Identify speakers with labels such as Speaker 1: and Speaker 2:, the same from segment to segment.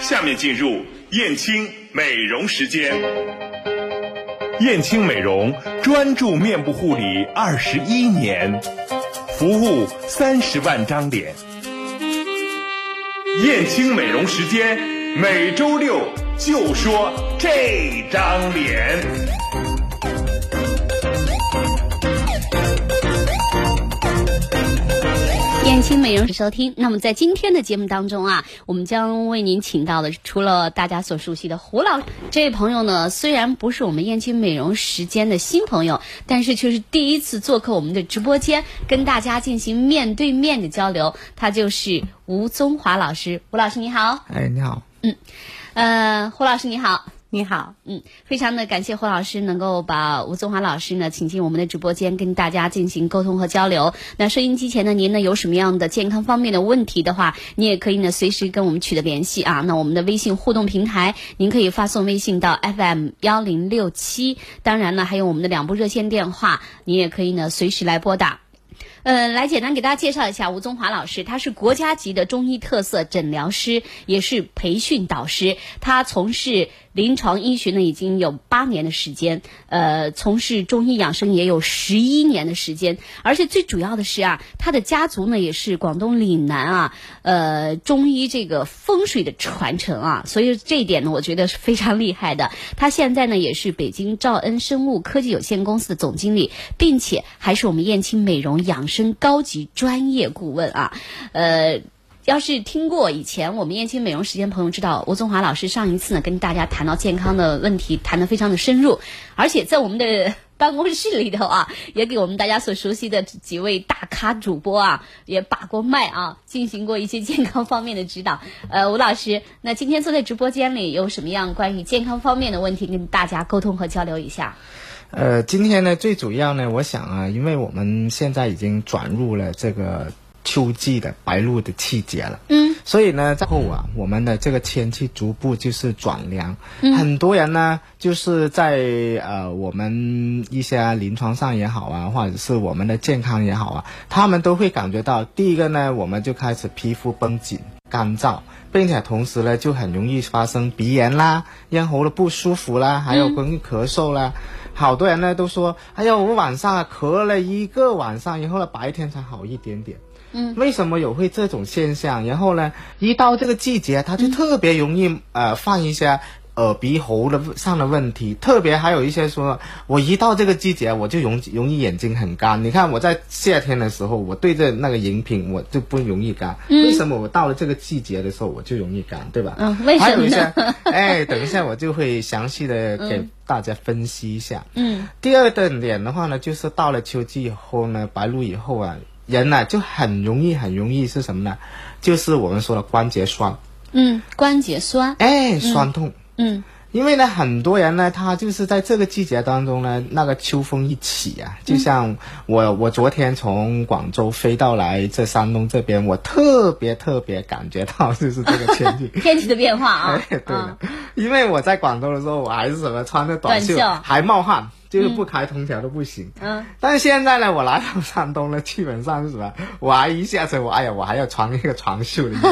Speaker 1: 下面进入燕青美容时间。燕青美容专注面部护理二十一年，服务三十万张脸。燕青美容时间每周六就说这张脸。
Speaker 2: 燕青美容收听。那么在今天的节目当中啊，我们将为您请到的，除了大家所熟悉的胡老师这位朋友呢，虽然不是我们燕青美容时间的新朋友，但是却是第一次做客我们的直播间，跟大家进行面对面的交流。他就是吴宗华老师。吴老师你好，
Speaker 3: 哎，你好，
Speaker 2: 呃，胡老师你好。
Speaker 4: 你好，
Speaker 2: 嗯，非常的感谢胡老师能够把吴宗华老师呢请进我们的直播间，跟大家进行沟通和交流。那收音机前呢，您呢有什么样的健康方面的问题的话，你也可以呢随时跟我们取得联系啊。那我们的微信互动平台，您可以发送微信到 FM 幺零六七，当然呢还有我们的两部热线电话，您也可以呢随时来拨打。呃，来简单给大家介绍一下吴宗华老师，他是国家级的中医特色诊疗师，也是培训导师。他从事临床医学呢已经有八年的时间，呃，从事中医养生也有十一年的时间。而且最主要的是啊，他的家族呢也是广东岭南啊，呃，中医这个风水的传承啊，所以这一点呢，我觉得是非常厉害的。他现在呢也是北京兆恩生物科技有限公司的总经理，并且还是我们燕青美容养生高级专业顾问啊，呃。要是听过以前我们燕青美容时间朋友知道，吴宗华老师上一次呢跟大家谈到健康的问题，谈得非常的深入，而且在我们的 办公室里头啊，也给我们大家所熟悉的几位大咖主播啊，也把过脉啊，进行过一些健康方面的指导。呃，吴老师，那今天坐在直播间里有什么样关于健康方面的问题跟大家沟通和交流一下？
Speaker 3: 呃，今天呢，最主要呢，我想啊，因为我们现在已经转入了这个秋季的白露的季节了，
Speaker 2: 嗯，
Speaker 3: 所以呢，在后啊，我们的这个天气逐步就是转凉，很多人呢，就是在呃我们一些临床上也好啊，或者是我们的健康也好啊，他们都会感觉到，第一个呢，我们就开始皮肤绷紧。干燥，并且同时呢，就很容易发生鼻炎啦、咽喉的不舒服啦，还有关于咳嗽啦。好多人呢都说，哎呀，我晚上啊咳了一个晚上，然后呢白天才好一点点。
Speaker 2: 嗯，
Speaker 3: 为什么有会这种现象？然后呢，一到这个季节，它就特别容易、呃犯一些。耳鼻喉的上的问题，特别还有一些说，我一到这个季节，我就容容易眼睛很干。你看我在夏天的时候，我对着那个饮品，我就不容易干。为什么我到了这个季节的时候，我就容易干，对吧？
Speaker 2: 嗯为什么呢
Speaker 3: 还有一些，哎，等一下我就会详细的给大家分析一下。
Speaker 2: 嗯
Speaker 3: 第二个点的话呢，就是到了秋季以后呢，白露以后啊，人呢、就很容易很容易是什么呢？就是我们说的关节酸，
Speaker 2: 嗯，关节酸，
Speaker 3: 哎，酸痛。
Speaker 2: 嗯。
Speaker 3: 因为呢，很多人呢，他就是在这个季节当中呢，那个秋风一起啊，就像我，我昨天从广州飞到来这山东这边，我特别特别感觉到就是这个天气，
Speaker 2: 天气的变化啊
Speaker 3: 对
Speaker 2: 啊
Speaker 3: 了，因为我在广州的时候，我还是什么穿着短袖，
Speaker 2: 短袖
Speaker 3: 还冒汗，就是不开空调都不行。
Speaker 2: 嗯，
Speaker 3: 但是现在呢，我来到山东呢，基本上是什么？我还一下车，我哎呀，我还要穿一个长袖的衣服，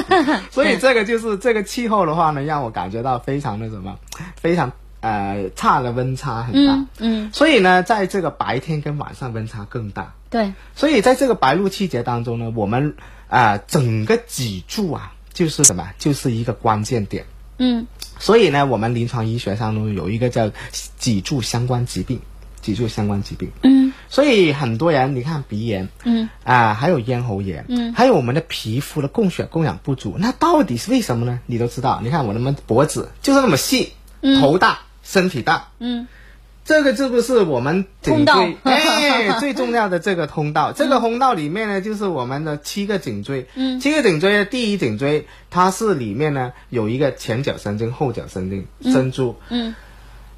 Speaker 3: 所以这个就是 这个气候的话呢，让我感觉到非常的什么，非常呃差的温差很大。
Speaker 2: 嗯嗯，
Speaker 3: 所以呢，在这个白天跟晚上温差更大。
Speaker 2: 对，
Speaker 3: 所以在这个白露季节当中呢，我们啊、呃整个脊柱啊就是什么，就是一个关键点。
Speaker 2: 嗯
Speaker 3: 所以呢，我们临床医学上呢有一个叫脊柱相关疾病，脊柱相关疾病。
Speaker 2: 嗯
Speaker 3: 所以很多人，你看鼻炎，
Speaker 2: 嗯
Speaker 3: 啊、还有咽喉炎，
Speaker 2: 嗯
Speaker 3: 还有我们的皮肤的供血供氧不足，那到底是为什么呢？你都知道，你看我们脖子就是那么细，头大，身体大，
Speaker 2: 嗯
Speaker 3: 这个是不是我们
Speaker 2: 通
Speaker 3: 颈
Speaker 2: 道
Speaker 3: 椎 哎最重要的这个通道？这个通道里面呢，就是我们的七个颈椎。
Speaker 2: 嗯
Speaker 3: 七个颈椎的第一颈椎，它是里面呢有一个前脚神经、后脚神经伸出。
Speaker 2: 嗯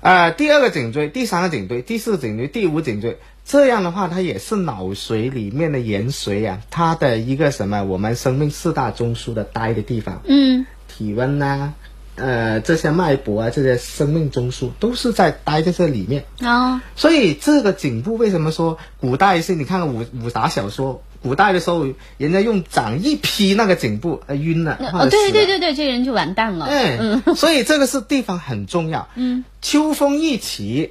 Speaker 3: 呃，第二个颈椎、第三个颈椎、第四个颈椎、第五颈椎，这样的话，它也是脑髓里面的延髓啊，它的一个什么，我们生命四大中枢的待的地方，
Speaker 2: 嗯
Speaker 3: 体温呐、呃，这些脉搏啊，这些生命中枢都是在待在这里面。
Speaker 2: 啊，
Speaker 3: 所以这个颈部为什么说古代是？你看武武侠小说古代的时候，人家用掌一劈那个颈部，呃，晕了，或
Speaker 2: 那
Speaker 3: 者
Speaker 2: 哦，对
Speaker 3: 死了
Speaker 2: 对对对，这人就完蛋了。
Speaker 3: 哎，
Speaker 2: 嗯，
Speaker 3: 所以这个是地方很重要。嗯，秋风一起，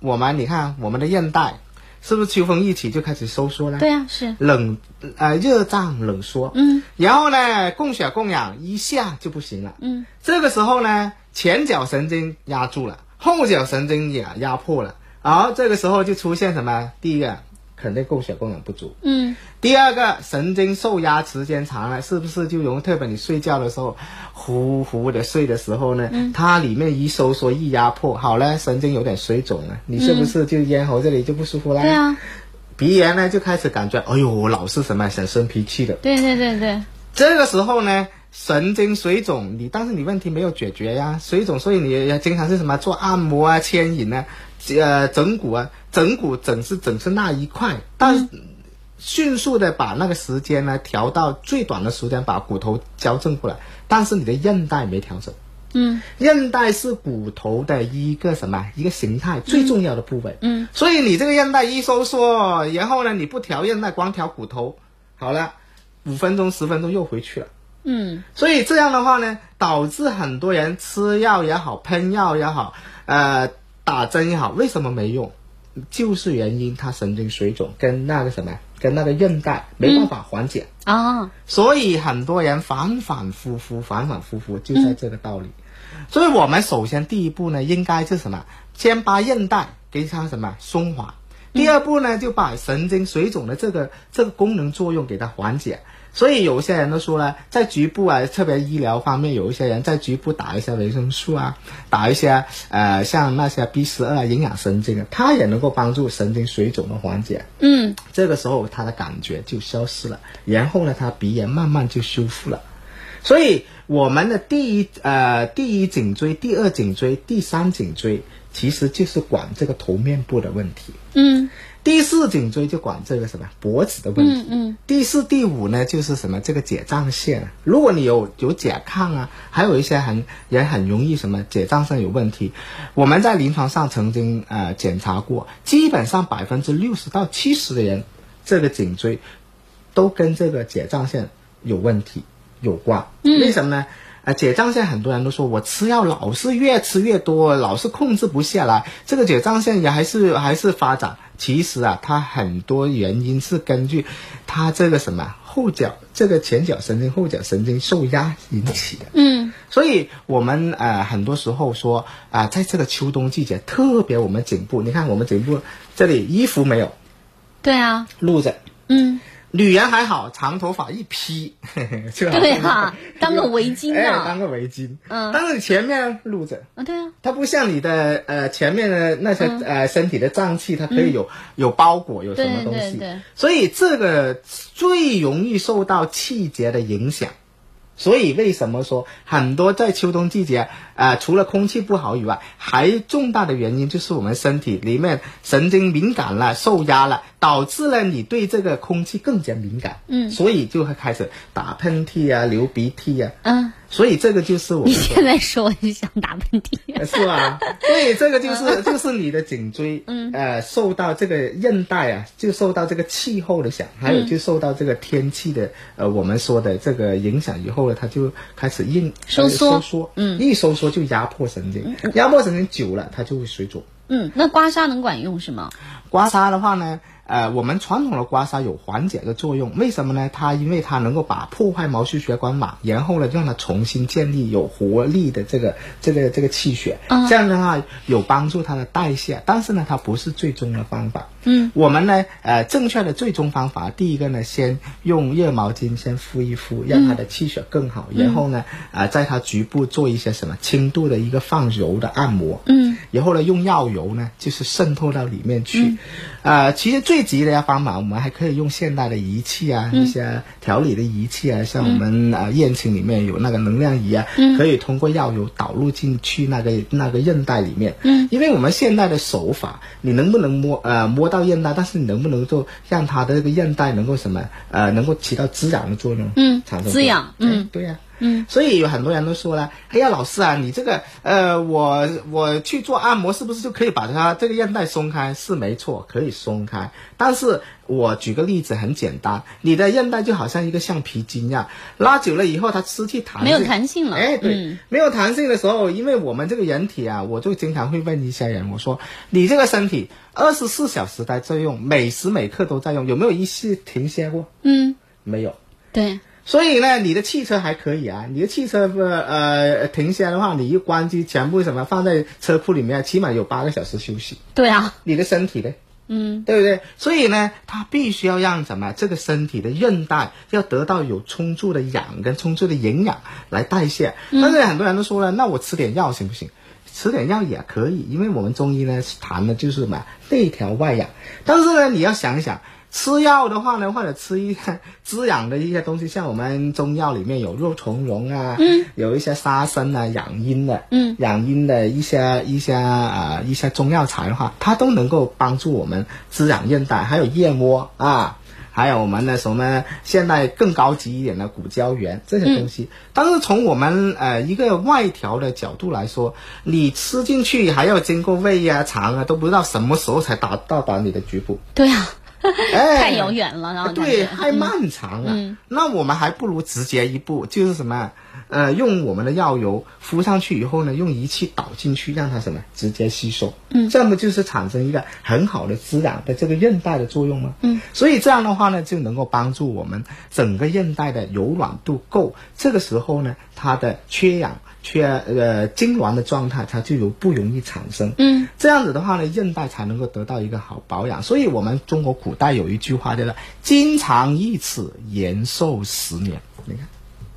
Speaker 3: 我们你看我们的韧带是不是秋风一起就开始收缩了？
Speaker 2: 对啊，是，
Speaker 3: 冷呃热胀冷缩，
Speaker 2: 嗯，
Speaker 3: 然后呢供血供氧一下就不行了，
Speaker 2: 嗯，
Speaker 3: 这个时候呢前脚神经压住了，后脚神经也压迫了，好，这个时候就出现什么？第一个肯定供血供氧不足，
Speaker 2: 嗯，
Speaker 3: 第二个神经受压时间长了，是不是就容易特别你睡觉的时候呼呼的睡的时候呢，
Speaker 2: 嗯
Speaker 3: 它里面一收缩一压迫，好了神经有点水肿了，你是不是就咽喉这里就不舒服啦？
Speaker 2: 嗯对啊，
Speaker 3: 鼻炎呢就开始感觉，哎呦，我老是什么想生脾气的。
Speaker 2: 对对对对，
Speaker 3: 这个时候呢，神经水肿，你但是你问题没有解决呀，水肿，所以你也经常是什么做按摩啊、牵引啊、呃整骨啊、整骨整是整是那一块，但是迅速的把那个时间呢调到最短的时间，把骨头矫正过来，但是你的韧带没调整。
Speaker 2: 嗯
Speaker 3: 韧带是骨头的一个什么一个形态最重要的部位。
Speaker 2: 嗯，
Speaker 3: 所以你这个韧带一收缩，然后呢你不调韧带，光调骨头，好了，五分钟十分钟又回去了。
Speaker 2: 嗯，
Speaker 3: 所以这样的话呢，导致很多人吃药也好，喷药也好，呃，打针也好，为什么没用？就是原因他神经水肿跟那个什么，跟那个韧带没办法缓解。
Speaker 2: 哦，
Speaker 3: 所以很多人反反复复，反反复复，就在这个道理。所以我们首先第一步呢，应该是什么？先把韧带给它什么松缓。第二步呢，就把神经水肿的这个这个功能作用给它缓解。所以有些人都说呢，在局部啊，特别医疗方面，有一些人在局部打一些维生素啊，打一些呃像那些 B 十二营养神经啊，它也能够帮助神经水肿的缓解。
Speaker 2: 嗯
Speaker 3: 这个时候他的感觉就消失了，然后呢，他鼻炎慢慢就修复了。所以我们的第一呃第一颈椎、第二颈椎、第三颈椎，其实就是管这个头面部的问题。
Speaker 2: 嗯
Speaker 3: 第四颈椎就管这个什么脖子的问题，
Speaker 2: 嗯嗯
Speaker 3: 第四、第五呢就是什么这个结胀线啊，如果你有有甲亢啊，还有一些很人很容易什么结胀线有问题，我们在临床上曾经呃检查过，基本上百分之六十到七十的人，这个颈椎都跟这个结胀线有问题有关，为什么呢？啊，结胀线很多人都说我吃药老是越吃越多，老是控制不下来，这个结胀线也还是还是发展。其实啊，它很多原因是根据它这个什么啊后脚这个前脚神经、后脚神经受压引起的。
Speaker 2: 嗯
Speaker 3: 所以我们呃很多时候说啊、在这个秋冬季节，特别我们颈部，你看我们颈部这里衣服没有
Speaker 2: 对啊，
Speaker 3: 露着，
Speaker 2: 嗯，
Speaker 3: 女人还好，长头发一披， 嘿嘿就好
Speaker 2: 对啊，当个围巾
Speaker 3: 哎，当
Speaker 2: 啊，
Speaker 3: 个围巾，
Speaker 2: 嗯
Speaker 3: 但是前面露着，
Speaker 2: 啊对啊，
Speaker 3: 它不像你的呃前面的那些、
Speaker 2: 嗯
Speaker 3: 呃身体的脏器，它可以有、有包裹，有什么东西，
Speaker 2: 对对对
Speaker 3: 所以这个最容易受到气节的影响。所以为什么说很多在秋冬季节，呃，除了空气不好以外，还重大的原因就是我们身体里面神经敏感了、受压了，导致了你对这个空气更加敏感。
Speaker 2: 嗯
Speaker 3: 所以就会开始打喷嚏啊、流鼻涕啊。
Speaker 2: 嗯，
Speaker 3: 所以这个就是我
Speaker 2: 你
Speaker 3: 们说
Speaker 2: 现在说我就想打喷嚏，
Speaker 3: 是吧？所以这个就是就是你的颈椎，嗯，呃，受到这个韧带啊，就受到这个气候的响，还有就受到这个天气的，呃，我们说的这个影响以后呢，它就开始硬
Speaker 2: 收缩
Speaker 3: 收缩，嗯，一收缩就压迫神经，压迫神经久了，它就会水肿。
Speaker 2: 嗯，那刮痧能管用是吗？
Speaker 3: 刮痧的话呢，呃，我们传统的刮痧有缓解的作用，为什么呢？它因为它能够把破坏毛细血管网，然后呢让它重新建立有活力的这个这个这个气血，这样的话有帮助它的代谢，但是呢它不是最终的方法。
Speaker 2: 嗯，
Speaker 3: 我们呢呃正确的最终方法，第一个呢先用热毛巾先敷一敷，让
Speaker 2: 嗯
Speaker 3: 它的气血更好，然后呢呃在它局部做一些什么轻度的一个放揉的按摩。
Speaker 2: 嗯，
Speaker 3: 然后呢，用药油呢，就是渗透到里面去。
Speaker 2: 嗯
Speaker 3: 呃，其实最急的要方法，我们还可以用现代的仪器啊，一些调理的仪器啊，像我们呃宴请里面有那个能量仪啊，可以通过药油导入进去那个那个韧带里面。嗯，因为我们现代的手法，你能不能摸呃摸到韧带，但是你能不能够让它的这个韧带能够什么呃能够起到滋养的作用？
Speaker 2: 嗯
Speaker 3: 产生
Speaker 2: 滋养
Speaker 3: 作用哎
Speaker 2: 嗯
Speaker 3: 对呀、嗯，所以有很多人都说了，哎呀，老师啊，你这个呃，我我去做按摩是不是就可以把它这个韧带松开？是没错，可以松开。但是我举个例子很简单，你的韧带就好像一个橡皮筋一样，拉久了以后它失去弹性，
Speaker 2: 没有弹性了
Speaker 3: 哎，对，
Speaker 2: 嗯
Speaker 3: 没有弹性的时候，因为我们这个人体啊，我就经常会问一些人，我说你这个身体二十四小时在用，每时每刻都在用，有没有一次停歇过？
Speaker 2: 嗯，
Speaker 3: 没有。
Speaker 2: 对，
Speaker 3: 所以呢，你的汽车还可以啊，你的汽车不呃停歇的话，你一关机，全部什么放在车库里面，起码有八个小时休息。
Speaker 2: 对啊，
Speaker 3: 你的身体呢？
Speaker 2: 嗯，
Speaker 3: 对不对？所以呢，它必须要让什么这个身体的韧带要得到有充足的氧跟充足的营养来代谢。但是很多人都说了，那我吃点药行不行？吃点药也可以，因为我们中医呢谈的就是什么内调外养。但是呢，你要想一想，吃药的话呢，或者吃一些滋养的一些东西，像我们中药里面有肉苁蓉啊，嗯，有一些沙参啊、养阴的，
Speaker 2: 嗯，
Speaker 3: 养阴的一些一些呃一些中药材的话，它都能够帮助我们滋养韧带，还有燕窝啊。还有我们的什么现在更高级一点的骨胶原这些东西，
Speaker 2: 嗯
Speaker 3: 但是从我们呃一个外调的角度来说，你吃进去还要经过胃呀、肠啊，都不知道什么时候才达到达你的局部，
Speaker 2: 对啊，
Speaker 3: 哎，
Speaker 2: 太遥远了，然啊后感
Speaker 3: 对，
Speaker 2: 觉
Speaker 3: 太漫长了。那我们还不如直接一步，就是什么，呃，用我们的药油敷上去以后呢，用仪器导进去，让它什么直接吸收。嗯，这么就是产生一个很好的滋养的这个韧带的作用吗？嗯，所以这样的话呢，就能够帮助我们整个韧带的柔软度够。这个时候呢，它的缺氧。缺呃痉挛的状态，它就有不容易产生。嗯，这样子的话呢，韧带才能够得到一个好保养。所以我们中国古代有一句话叫做“经常易齿，延寿十年”。你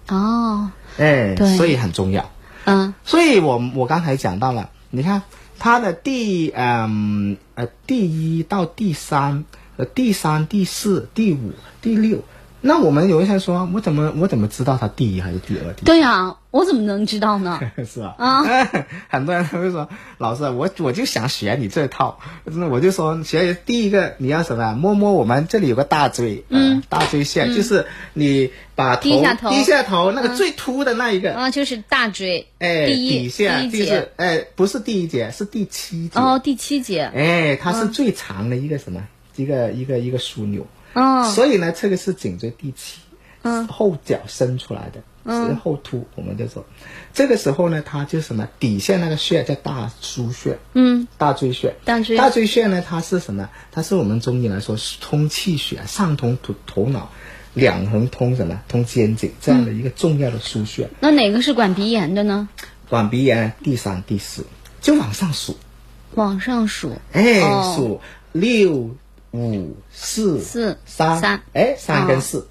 Speaker 3: 看，
Speaker 2: 哦，
Speaker 3: 哎
Speaker 2: 对，
Speaker 3: 所以很重要。
Speaker 2: 嗯
Speaker 3: 所以我我刚才讲到了，你看它的第嗯呃第一到第三呃第三第四第五第六，那我们有一些人说，我怎么我怎么知道它第一还是第二？第
Speaker 2: 对啊，我怎么能知道 呢？
Speaker 3: 是吧？
Speaker 2: 啊，
Speaker 3: 很多人都会说，老师，我我就想学你这套，那我就说学第一个你要什么啊？摸摸我们这里有个大椎，嗯、大椎线、就是你把头
Speaker 2: 低下头
Speaker 3: 低下头那个最凸的那一个，
Speaker 2: 啊，就是大椎，
Speaker 3: 哎，
Speaker 2: 第
Speaker 3: 底
Speaker 2: 一
Speaker 3: 线
Speaker 2: 第一
Speaker 3: 就是
Speaker 2: 节，
Speaker 3: 哎，不是第一节，是第七节，
Speaker 2: 哦，嗯第七节，
Speaker 3: 哎，它是最长的一个什么？一个一个一个枢纽。
Speaker 2: 哦，
Speaker 3: 所以呢，这个是颈椎第七，嗯，后脚伸出来的，
Speaker 2: 嗯
Speaker 3: 是后凸，我们就说，这个时候呢，它就什么底下那个穴叫大腧穴，
Speaker 2: 嗯，
Speaker 3: 大椎穴，
Speaker 2: 大椎
Speaker 3: 大椎穴呢，它是什么？它是我们中医来说是通气血，上通头头脑，两横通什么？通肩颈这样的一个重要的腧穴。
Speaker 2: 那哪个是管鼻炎的呢？
Speaker 3: 管鼻炎第三、第四，就往上数，
Speaker 2: 往上数，
Speaker 3: 哎，
Speaker 2: 哦
Speaker 3: 数六、五、四、
Speaker 2: 四
Speaker 3: 三、
Speaker 2: 三
Speaker 3: 哎，三
Speaker 2: 哦
Speaker 3: 跟四，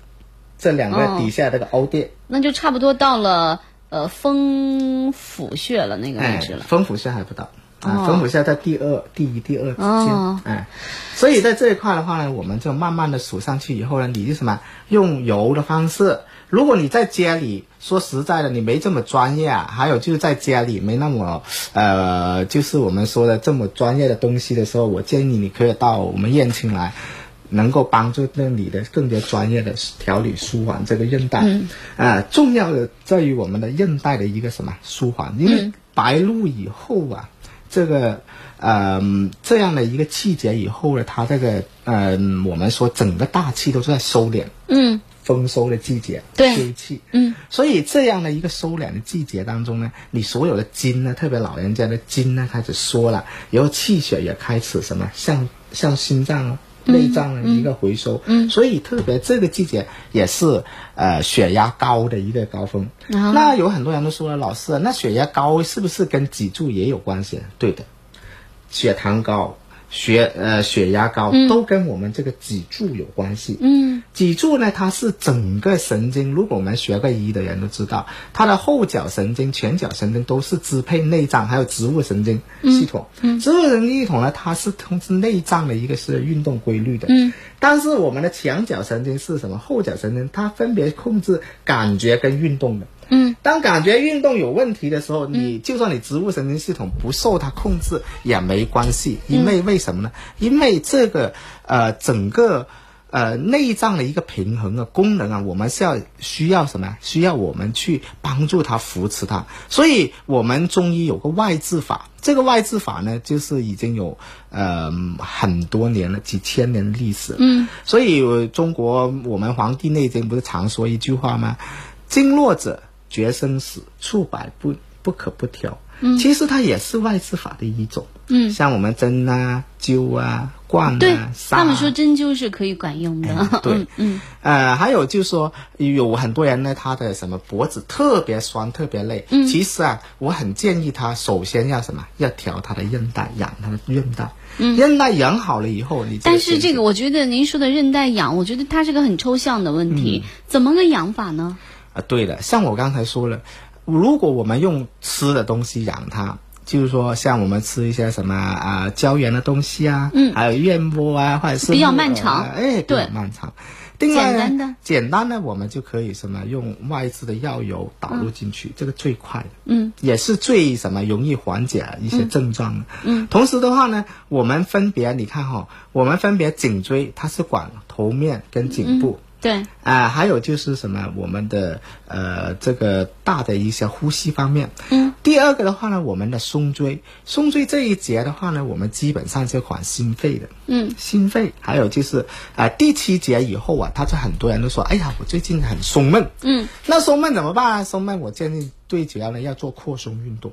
Speaker 3: 这两
Speaker 2: 哦
Speaker 3: 个底下这个凹垫，
Speaker 2: 那就差不多到了呃风府穴了那个位
Speaker 3: 哎
Speaker 2: 置了，。
Speaker 3: 丰府下还不到。
Speaker 2: 哦
Speaker 3: 啊，丰府下在第二、第一、第二之间，
Speaker 2: 哦
Speaker 3: 哎，所以在这一块的话呢，我们就慢慢的数上去以后呢，你就什么用油的方式。如果你在家里，说实在的，你没这么专业啊，还有就是在家里没那么，呃，就是我们说的这么专业的东西的时候，我建议你可以到我们燕青来，能够帮助到你的更加专业的调理舒缓这个韧带。嗯、啊，重要的在于我们的韧带的一个什么舒缓，因为白露以后啊，这个嗯、这样的一个季节以后呢，它这个嗯、我们说整个大气都是在收敛。
Speaker 2: 嗯，
Speaker 3: 丰收的季节，
Speaker 2: 对
Speaker 3: 休气，
Speaker 2: 嗯，
Speaker 3: 所以这样的一个收敛的季节当中呢，你所有的筋呢，特别老人家的筋呢开始缩了，然后气血也开始什么向向心脏啊。
Speaker 2: 嗯
Speaker 3: 内脏的一个回收，嗯，所以特别这个季节也是呃血压高的一个高峰。
Speaker 2: 啊
Speaker 3: 那有很多人都说了，老师，那血压高是不是跟脊柱也有关系？对的，血糖高、血呃血压高、都跟我们这个脊柱有关系。
Speaker 2: 嗯，
Speaker 3: 脊柱呢，它是整个神经，如果我们学过医的人都知道，它的后脚神经、前脚神经都是支配内脏，还有植物神经系统。植物神经系统呢，它是通知内脏的一个是运动规律的。嗯，但是我们的前脚神经是什么？后脚神经它分别控制感觉跟运动的。
Speaker 2: 嗯，
Speaker 3: 当感觉运动有问题的时候，你就算你植物神经系统不受它控制也没关系，因为为什么呢？因为这个呃整个呃内脏的一个平衡的功能啊，我们是要需要什么呀？需要我们去帮助它扶持它。所以我们中医有个外治法，这个外治法呢，就是已经有呃很多年了，几千年的历史。嗯，所以呃中国我们《黄帝内经》不是常说一句话吗？经络者，决生死，触百不不可不调。嗯，其实它也是外治法的一种。嗯，像我们针啊、灸啊、灌
Speaker 2: 对
Speaker 3: 啊、杀啊。
Speaker 2: 他们说嗯针灸是可以管用的。
Speaker 3: 对，嗯，呃，还有就是说，有很多人呢，他的什么脖子特别酸，特别累。嗯，其实啊，我很建议他首先要什么，要调他的韧带，养他的韧带。嗯，韧带养好了以后，你
Speaker 2: 但是这
Speaker 3: 个
Speaker 2: 个，我觉得您说的韧带痒，我觉得它是个很抽象的问题，
Speaker 3: 嗯
Speaker 2: 怎么个痒法呢？
Speaker 3: 啊、对的，像我刚才说了，如果我们用吃的东西养它。就是说，像我们吃一些什么啊、胶原的东西啊，嗯，还有燕窝啊，或者是
Speaker 2: 比较
Speaker 3: 木
Speaker 2: 漫
Speaker 3: 耳啊
Speaker 2: 长
Speaker 3: 哎，比
Speaker 2: 对
Speaker 3: 较漫长。另外
Speaker 2: 简
Speaker 3: 呢
Speaker 2: 单的，
Speaker 3: 简单的我们就可以什么用外置的药油导
Speaker 2: 嗯
Speaker 3: 入进去，这个最快的，嗯，也是最什么容易缓解一些症状的，嗯。同时的话呢，我们分别你看哈、我们分别颈椎它是管头面跟
Speaker 2: 嗯
Speaker 3: 颈部。
Speaker 2: 对，
Speaker 3: 啊、还有就是什么，我们的呃这个大的一些呼吸方面。嗯。第二个的话呢，我们的胸椎，胸椎这一节的话呢，我们基本上是管心肺的。
Speaker 2: 嗯。
Speaker 3: 心肺，还有就是啊、第七节以后啊，他就很多人都说，哎呀，我最近很胸闷。
Speaker 2: 嗯。
Speaker 3: 那胸闷怎么办啊？胸闷，我建议最主要呢要做扩胸运动。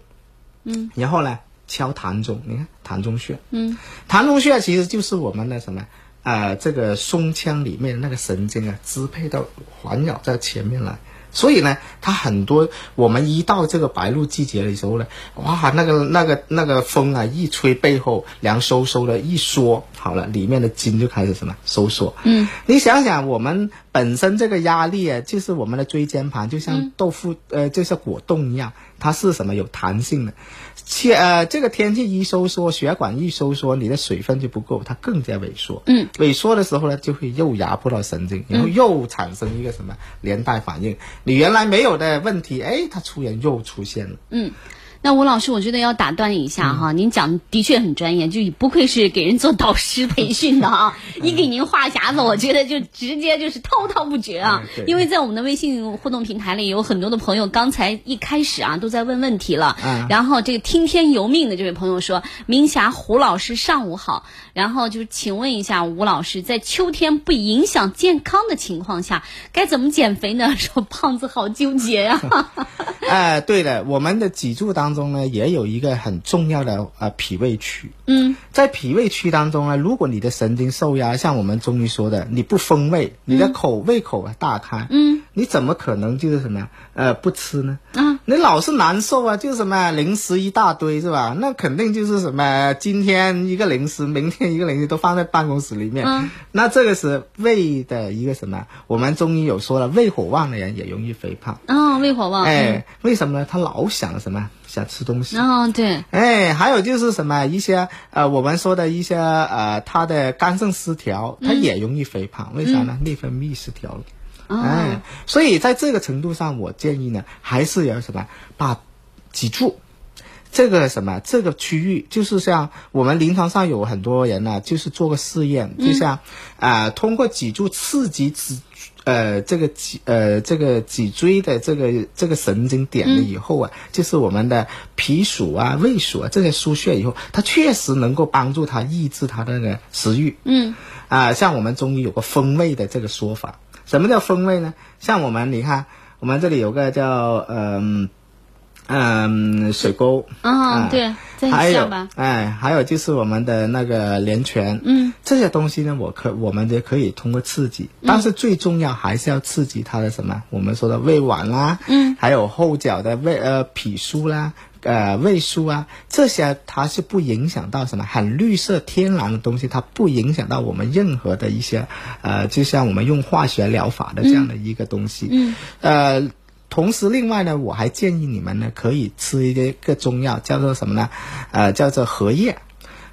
Speaker 3: 嗯。然后呢，敲膻中，你看膻中穴。嗯。膻中穴其实就是我们的什么？啊、这个胸腔里面那个神经啊，支配到环绕在前面来。所以呢，它很多我们一到这个白露季节的时候呢，哇，那个那个那个风啊，一吹背后凉飕飕的，一缩好了，里面的筋就开始什么收缩。嗯，你想想，我们本身这个压力啊，就是我们的椎间盘就像豆腐、呃，就像果冻一样，它是什么有弹性的。气呃，这个天气一收缩，血管一收缩，你的水分就不够，它更加萎缩。嗯，萎缩的时候呢，就会又压迫到神经，然后又产生一个什么连带反应，你原来没有的问题，哎，它突然又出现了。
Speaker 2: 那吴老师，我觉得要打断一下
Speaker 3: 嗯
Speaker 2: 哈，您讲的确很专业，就不愧是给人做导师培训的啊！
Speaker 3: 嗯
Speaker 2: 一给您话匣子，我觉得就直接就是滔滔不绝啊
Speaker 3: 哎。对
Speaker 2: 因为在我们的微信互动平台里，有很多的朋友刚才一开始啊都在问问题了。
Speaker 3: 嗯
Speaker 2: 然后这个听天由命的这位朋友说：“明霞胡老师上午好，然后就请问一下吴老师，在秋天不影响健康的情况下，该怎么减肥呢？” 说胖子好纠结啊呀、
Speaker 3: 呃，对的，我们的脊柱当中呢，也有一个很重要的呃脾胃区。嗯，在脾胃区当中呢，如果你的神经受压，像我们中医说的，你不封胃，你的口、胃口啊大开，嗯，你怎么可能就是什么呃不吃呢？啊，你老是难受啊，就是什么零食一大堆是吧？那肯定就是什么今天一个零食，明天一个零食都放在办公室里面，嗯、那这个是胃的一个什么？我们中医有说了，胃火旺的人也容易肥胖。
Speaker 2: 啊，胃火旺。
Speaker 3: 哎，为什么呢？他老想什么？想吃东西。
Speaker 2: 嗯，哦，对。
Speaker 3: 哎，还有就是什么一些呃，我们说的一些呃，他的肝肾失调，他也容易肥胖，为啥呢？内分泌失调了。哎，所以在这个程度上，我建议呢，还是要什么把脊柱。这个什么，这个区域就是像我们临床上有很多人呢、就是做个试验，就像啊、通过脊柱刺激脊呃这个脊呃这个脊椎的这个这个神经点了以后啊，就是我们的脾属啊、胃属啊这些输血以后，它确实能够帮助他抑制他的那个食欲。嗯，啊、像我们中医有个风味的这个说法，什么叫风味呢？像我们你看，我们这里有个叫嗯。嗯，水沟
Speaker 2: 啊，
Speaker 4: 嗯
Speaker 3: 啊，
Speaker 2: 对，在
Speaker 3: 还
Speaker 2: 下
Speaker 3: 有
Speaker 2: 巴，
Speaker 3: 哎，还有就是我们的那个连拳，嗯，这些东西呢，我可我们也可以通过刺激，但是最重要还是要刺激它的什么？我们说的胃脘啦，嗯，还有后脚的胃呃脾腧啦。呃，胃腧啊，这些它是不影响到什么很绿色天然的东西，它不影响到我们任何的一些呃，就像我们用化学疗法的这样的一个东西，嗯，呃，同时，另外呢，我还建议你们呢，可以吃一些个中药，叫做什么呢？呃，叫做荷叶。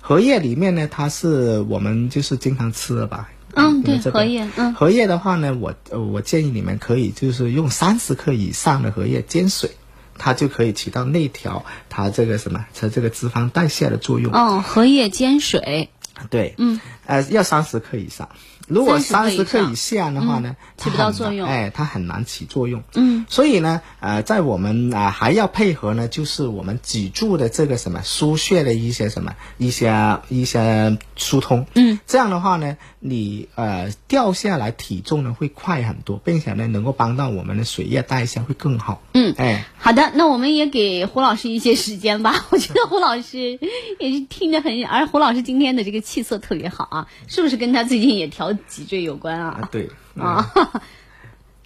Speaker 3: 荷叶里面呢，它是我们就是经常吃的吧？
Speaker 2: 嗯，
Speaker 3: 你
Speaker 2: 对
Speaker 3: 们，这边
Speaker 2: 荷叶，嗯，
Speaker 3: 荷叶的话呢，我呃我建议你们可以就是用三十克以上的荷叶煎水，它就可以起到内调它这个什么它这个脂肪代谢的作用。
Speaker 2: 哦，荷叶煎水，
Speaker 3: 对，嗯，呃，要三十克以上如果
Speaker 2: 30
Speaker 3: 三
Speaker 2: 克
Speaker 3: 十
Speaker 2: 以
Speaker 3: 克
Speaker 2: 上嗯
Speaker 3: 以下的话呢，它
Speaker 2: 起不到
Speaker 3: 很
Speaker 2: 作
Speaker 3: 难
Speaker 2: 用
Speaker 3: 哎，它很难起作用。
Speaker 2: 嗯，
Speaker 3: 所以呢，呃，在我们啊、还要配合呢，就是我们啊脊柱的这个什么输血的一些什么一些一些疏通。
Speaker 2: 嗯，
Speaker 3: 这样的话呢，你呃掉下来体重呢会快很多，并且呢能够帮到我们的水液代谢会更好。
Speaker 2: 嗯
Speaker 3: 哎。
Speaker 2: 好的，那我们也给胡老师一些时间吧。 我觉得胡老师也是听着很，而胡老师今天的这个气色特别好啊，是不是跟他最近也调脊椎有关啊？
Speaker 4: 呃
Speaker 3: 啊，对，
Speaker 2: 啊，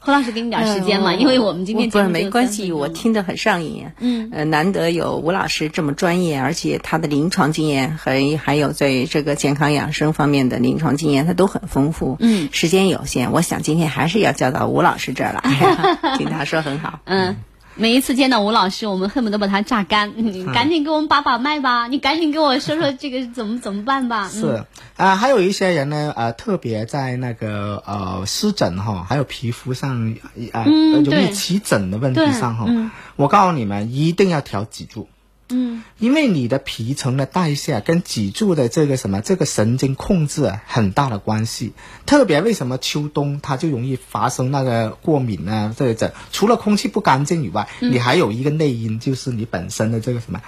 Speaker 2: 胡老师给你点时间嘛，
Speaker 4: 哎呦
Speaker 2: 因为我们今天
Speaker 4: 不
Speaker 2: 节
Speaker 4: 是
Speaker 2: 目只有
Speaker 4: 没关
Speaker 2: 30
Speaker 4: 系，
Speaker 2: 分钟
Speaker 4: 我听得很上瘾。
Speaker 2: 嗯，
Speaker 4: 呃，难得有吴老师这么专业，而且他的临床经验和还有在这个健康养生方面的临床经验，他都很丰富。
Speaker 2: 嗯，
Speaker 4: 时间有限，我想今天还是要叫到吴老师这儿 来，听他说很好。
Speaker 2: 嗯。每一次见到吴老师，我们恨不得把他榨干。你赶紧给我们把把脉吧，你赶紧给我说说这个怎么怎么办吧。嗯
Speaker 3: 是啊、还有一些人呢，呃，特别在那个呃湿疹哈，还有皮肤上啊、呃
Speaker 2: 嗯
Speaker 3: 容易
Speaker 2: 对
Speaker 3: 起疹的问题
Speaker 2: 对
Speaker 3: 上哈，
Speaker 2: 嗯
Speaker 3: 我告诉你们，一定要调脊柱。
Speaker 2: 嗯
Speaker 3: 因为你的皮层的代谢啊跟脊柱的这个什么这个神经控制啊很大的关系，特别为什么秋冬它就容易发生那个过敏啊这个这，除了空气不干净以外，
Speaker 2: 嗯
Speaker 3: 你还有一个内因就是你本身的这个什么，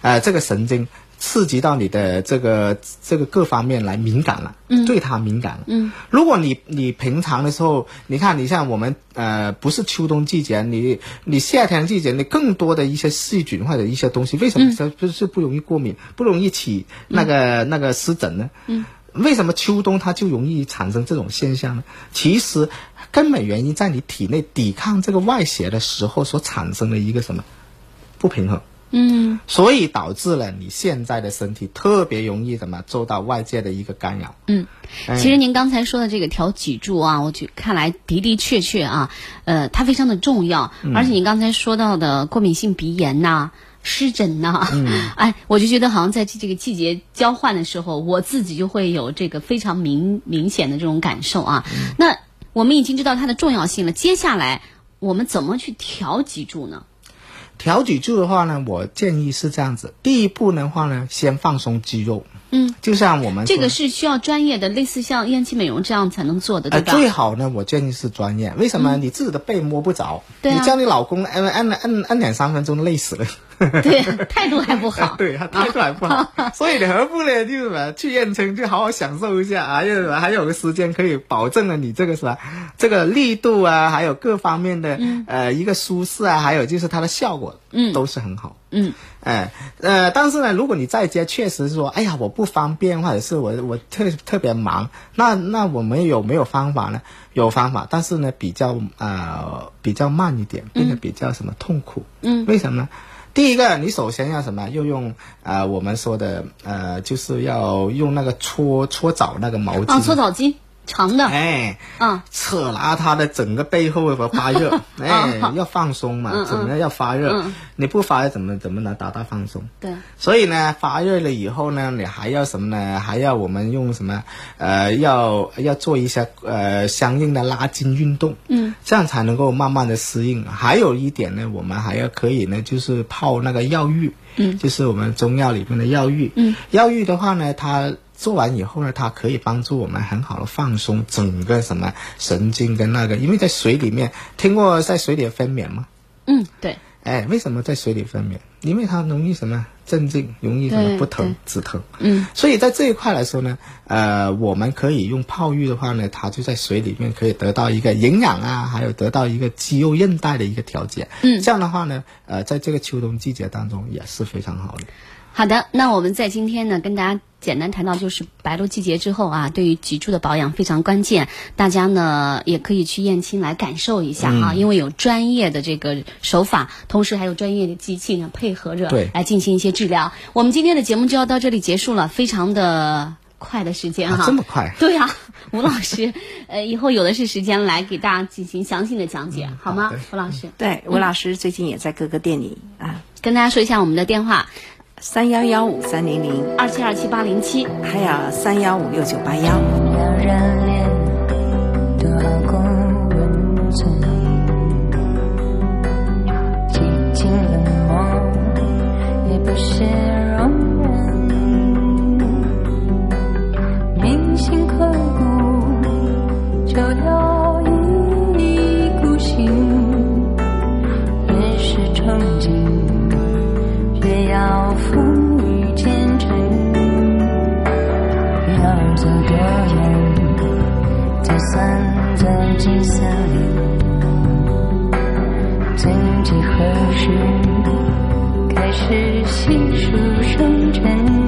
Speaker 3: 呃这个神经刺激到你的这个这个各方面来敏感了，对它敏感了，
Speaker 2: 嗯
Speaker 3: 如果你你平常的时候，你看你像我们呃不是秋冬季节，你你夏天季节，你更多的一些细菌或者一些东西，为什么它就是不容易过敏，不容易起那个、那个湿疹呢？嗯，为什么秋冬它就容易产生这种现象呢？其实根本原因在你体内抵抗这个外邪的时候所产生的一个什么不平衡。
Speaker 2: 嗯
Speaker 3: 所以导致了你现在的身体特别容易什么受到外界的一个干扰。
Speaker 2: 嗯，
Speaker 3: 哎
Speaker 2: 其实您刚才说的这个调脊柱啊，我觉看来的的确确啊，呃，它非常的重要。
Speaker 3: 嗯
Speaker 2: 而且你刚才说到的过敏性鼻炎呐、湿疹呐，
Speaker 3: 嗯
Speaker 2: 哎，我就觉得好像在这这个季节交换的时候，我自己就会有这个非常明明显的这种感受啊。
Speaker 3: 嗯
Speaker 2: 那我们已经知道它的重要性了，接下来我们怎么去调脊柱呢？
Speaker 3: 调脊柱的话呢，我建议是这样子：第一步的话呢，先放松肌肉。
Speaker 2: 嗯，
Speaker 3: 就像我们
Speaker 2: 这
Speaker 3: 说
Speaker 2: 个是需要专业的，类似像燕气美容这样才能做的，对
Speaker 3: 呃
Speaker 2: 吧？
Speaker 3: 最好呢，我建议是专业。为什么？你自己的背摸不着，
Speaker 2: 对啊
Speaker 3: 你叫你老公哎摁摁摁摁两三分钟，累死了。
Speaker 2: 对，态度还不 好。
Speaker 3: 对，他态度还不好，所以你何不呢？就是什么去燕青，就好好享受一下啊！又什么还有个时间可以保证了你这个什么这个力度啊，还有各方面的、呃一个舒适啊，还有就是它的效果，
Speaker 2: 嗯
Speaker 3: 都是很好。
Speaker 2: 嗯
Speaker 3: 哎，呃，但是呢，如果你在家确实说，哎呀，我不方便，或者是我我特特别忙，那那我们有没有方法呢？有方法，但是呢，比较呃比较慢一点，变得比较什么痛苦。
Speaker 2: 嗯
Speaker 3: 为什么呢？第一个，你首先要什么？要用呃我们说的呃，就是要用那个搓搓澡那个毛巾，
Speaker 2: 啊，搓澡巾长的。
Speaker 3: 哎，
Speaker 2: 啊，
Speaker 3: 扯拉他的整个背后和发热，哎，要放松嘛，
Speaker 2: 嗯嗯
Speaker 3: 怎么样要发热？
Speaker 2: 嗯
Speaker 3: 你不发热怎么怎么能达到放松？
Speaker 2: 对，
Speaker 3: 所以呢，发热了以后呢，你还要什么呢？还要我们用什么？呃，要要做一些呃相应的拉筋运动，
Speaker 2: 嗯，
Speaker 3: 这样才能够慢慢的适应。还有一点呢，我们还要可以呢，就是泡那个药浴，嗯，就是我们中药里面的药浴，嗯，药浴的话呢，它。做完以后呢，它可以帮助我们很好的放松整个什么神经跟那个，因为在水里面，听过在水里分娩吗？
Speaker 2: 嗯，对，
Speaker 3: 哎，为什么在水里分娩？因为它容易什么镇静，容易什
Speaker 2: 对
Speaker 3: 么不疼
Speaker 2: 对
Speaker 3: 止疼。
Speaker 2: 嗯，
Speaker 3: 所以在这一块来说呢，呃，我们可以用泡浴的话呢，它就在水里面可以得到一个营养啊，还有得到一个肌肉韧带的一个调节。
Speaker 2: 嗯
Speaker 3: 这样的话呢，呃，在这个秋冬季节当中也是非常好的。
Speaker 2: 好的，那我们在今天呢，跟大家简单谈到就是白露季节之后啊，对于脊柱的保养非常关键，大家呢也可以去燕青来感受一下
Speaker 3: 嗯
Speaker 2: 啊，因为有专业的这个手法，同时还有专业的机器呢配合着
Speaker 3: 对
Speaker 2: 来进行一些治疗。我们今天的节目就要到这里结束了，非常的快的时间哈、
Speaker 3: 啊，这么快？
Speaker 2: 对呀、吴老师，呃，以后有的是时间来给大家进行详细的讲解，好吗
Speaker 3: 嗯好的？
Speaker 2: 吴老师，
Speaker 4: 对，吴老师最近也在各个店里啊，
Speaker 2: 跟大家说一下我们的电话：
Speaker 4: 三幺幺五三零零，
Speaker 2: 二七二七八零七。
Speaker 4: 还有三幺五六九八幺。
Speaker 5: 两人恋，多好过认真。寂静冷漠，也不是容忍。铭心刻骨，要风雨兼程。要做个人，就算走进森林，曾几何时，开始细数生辰。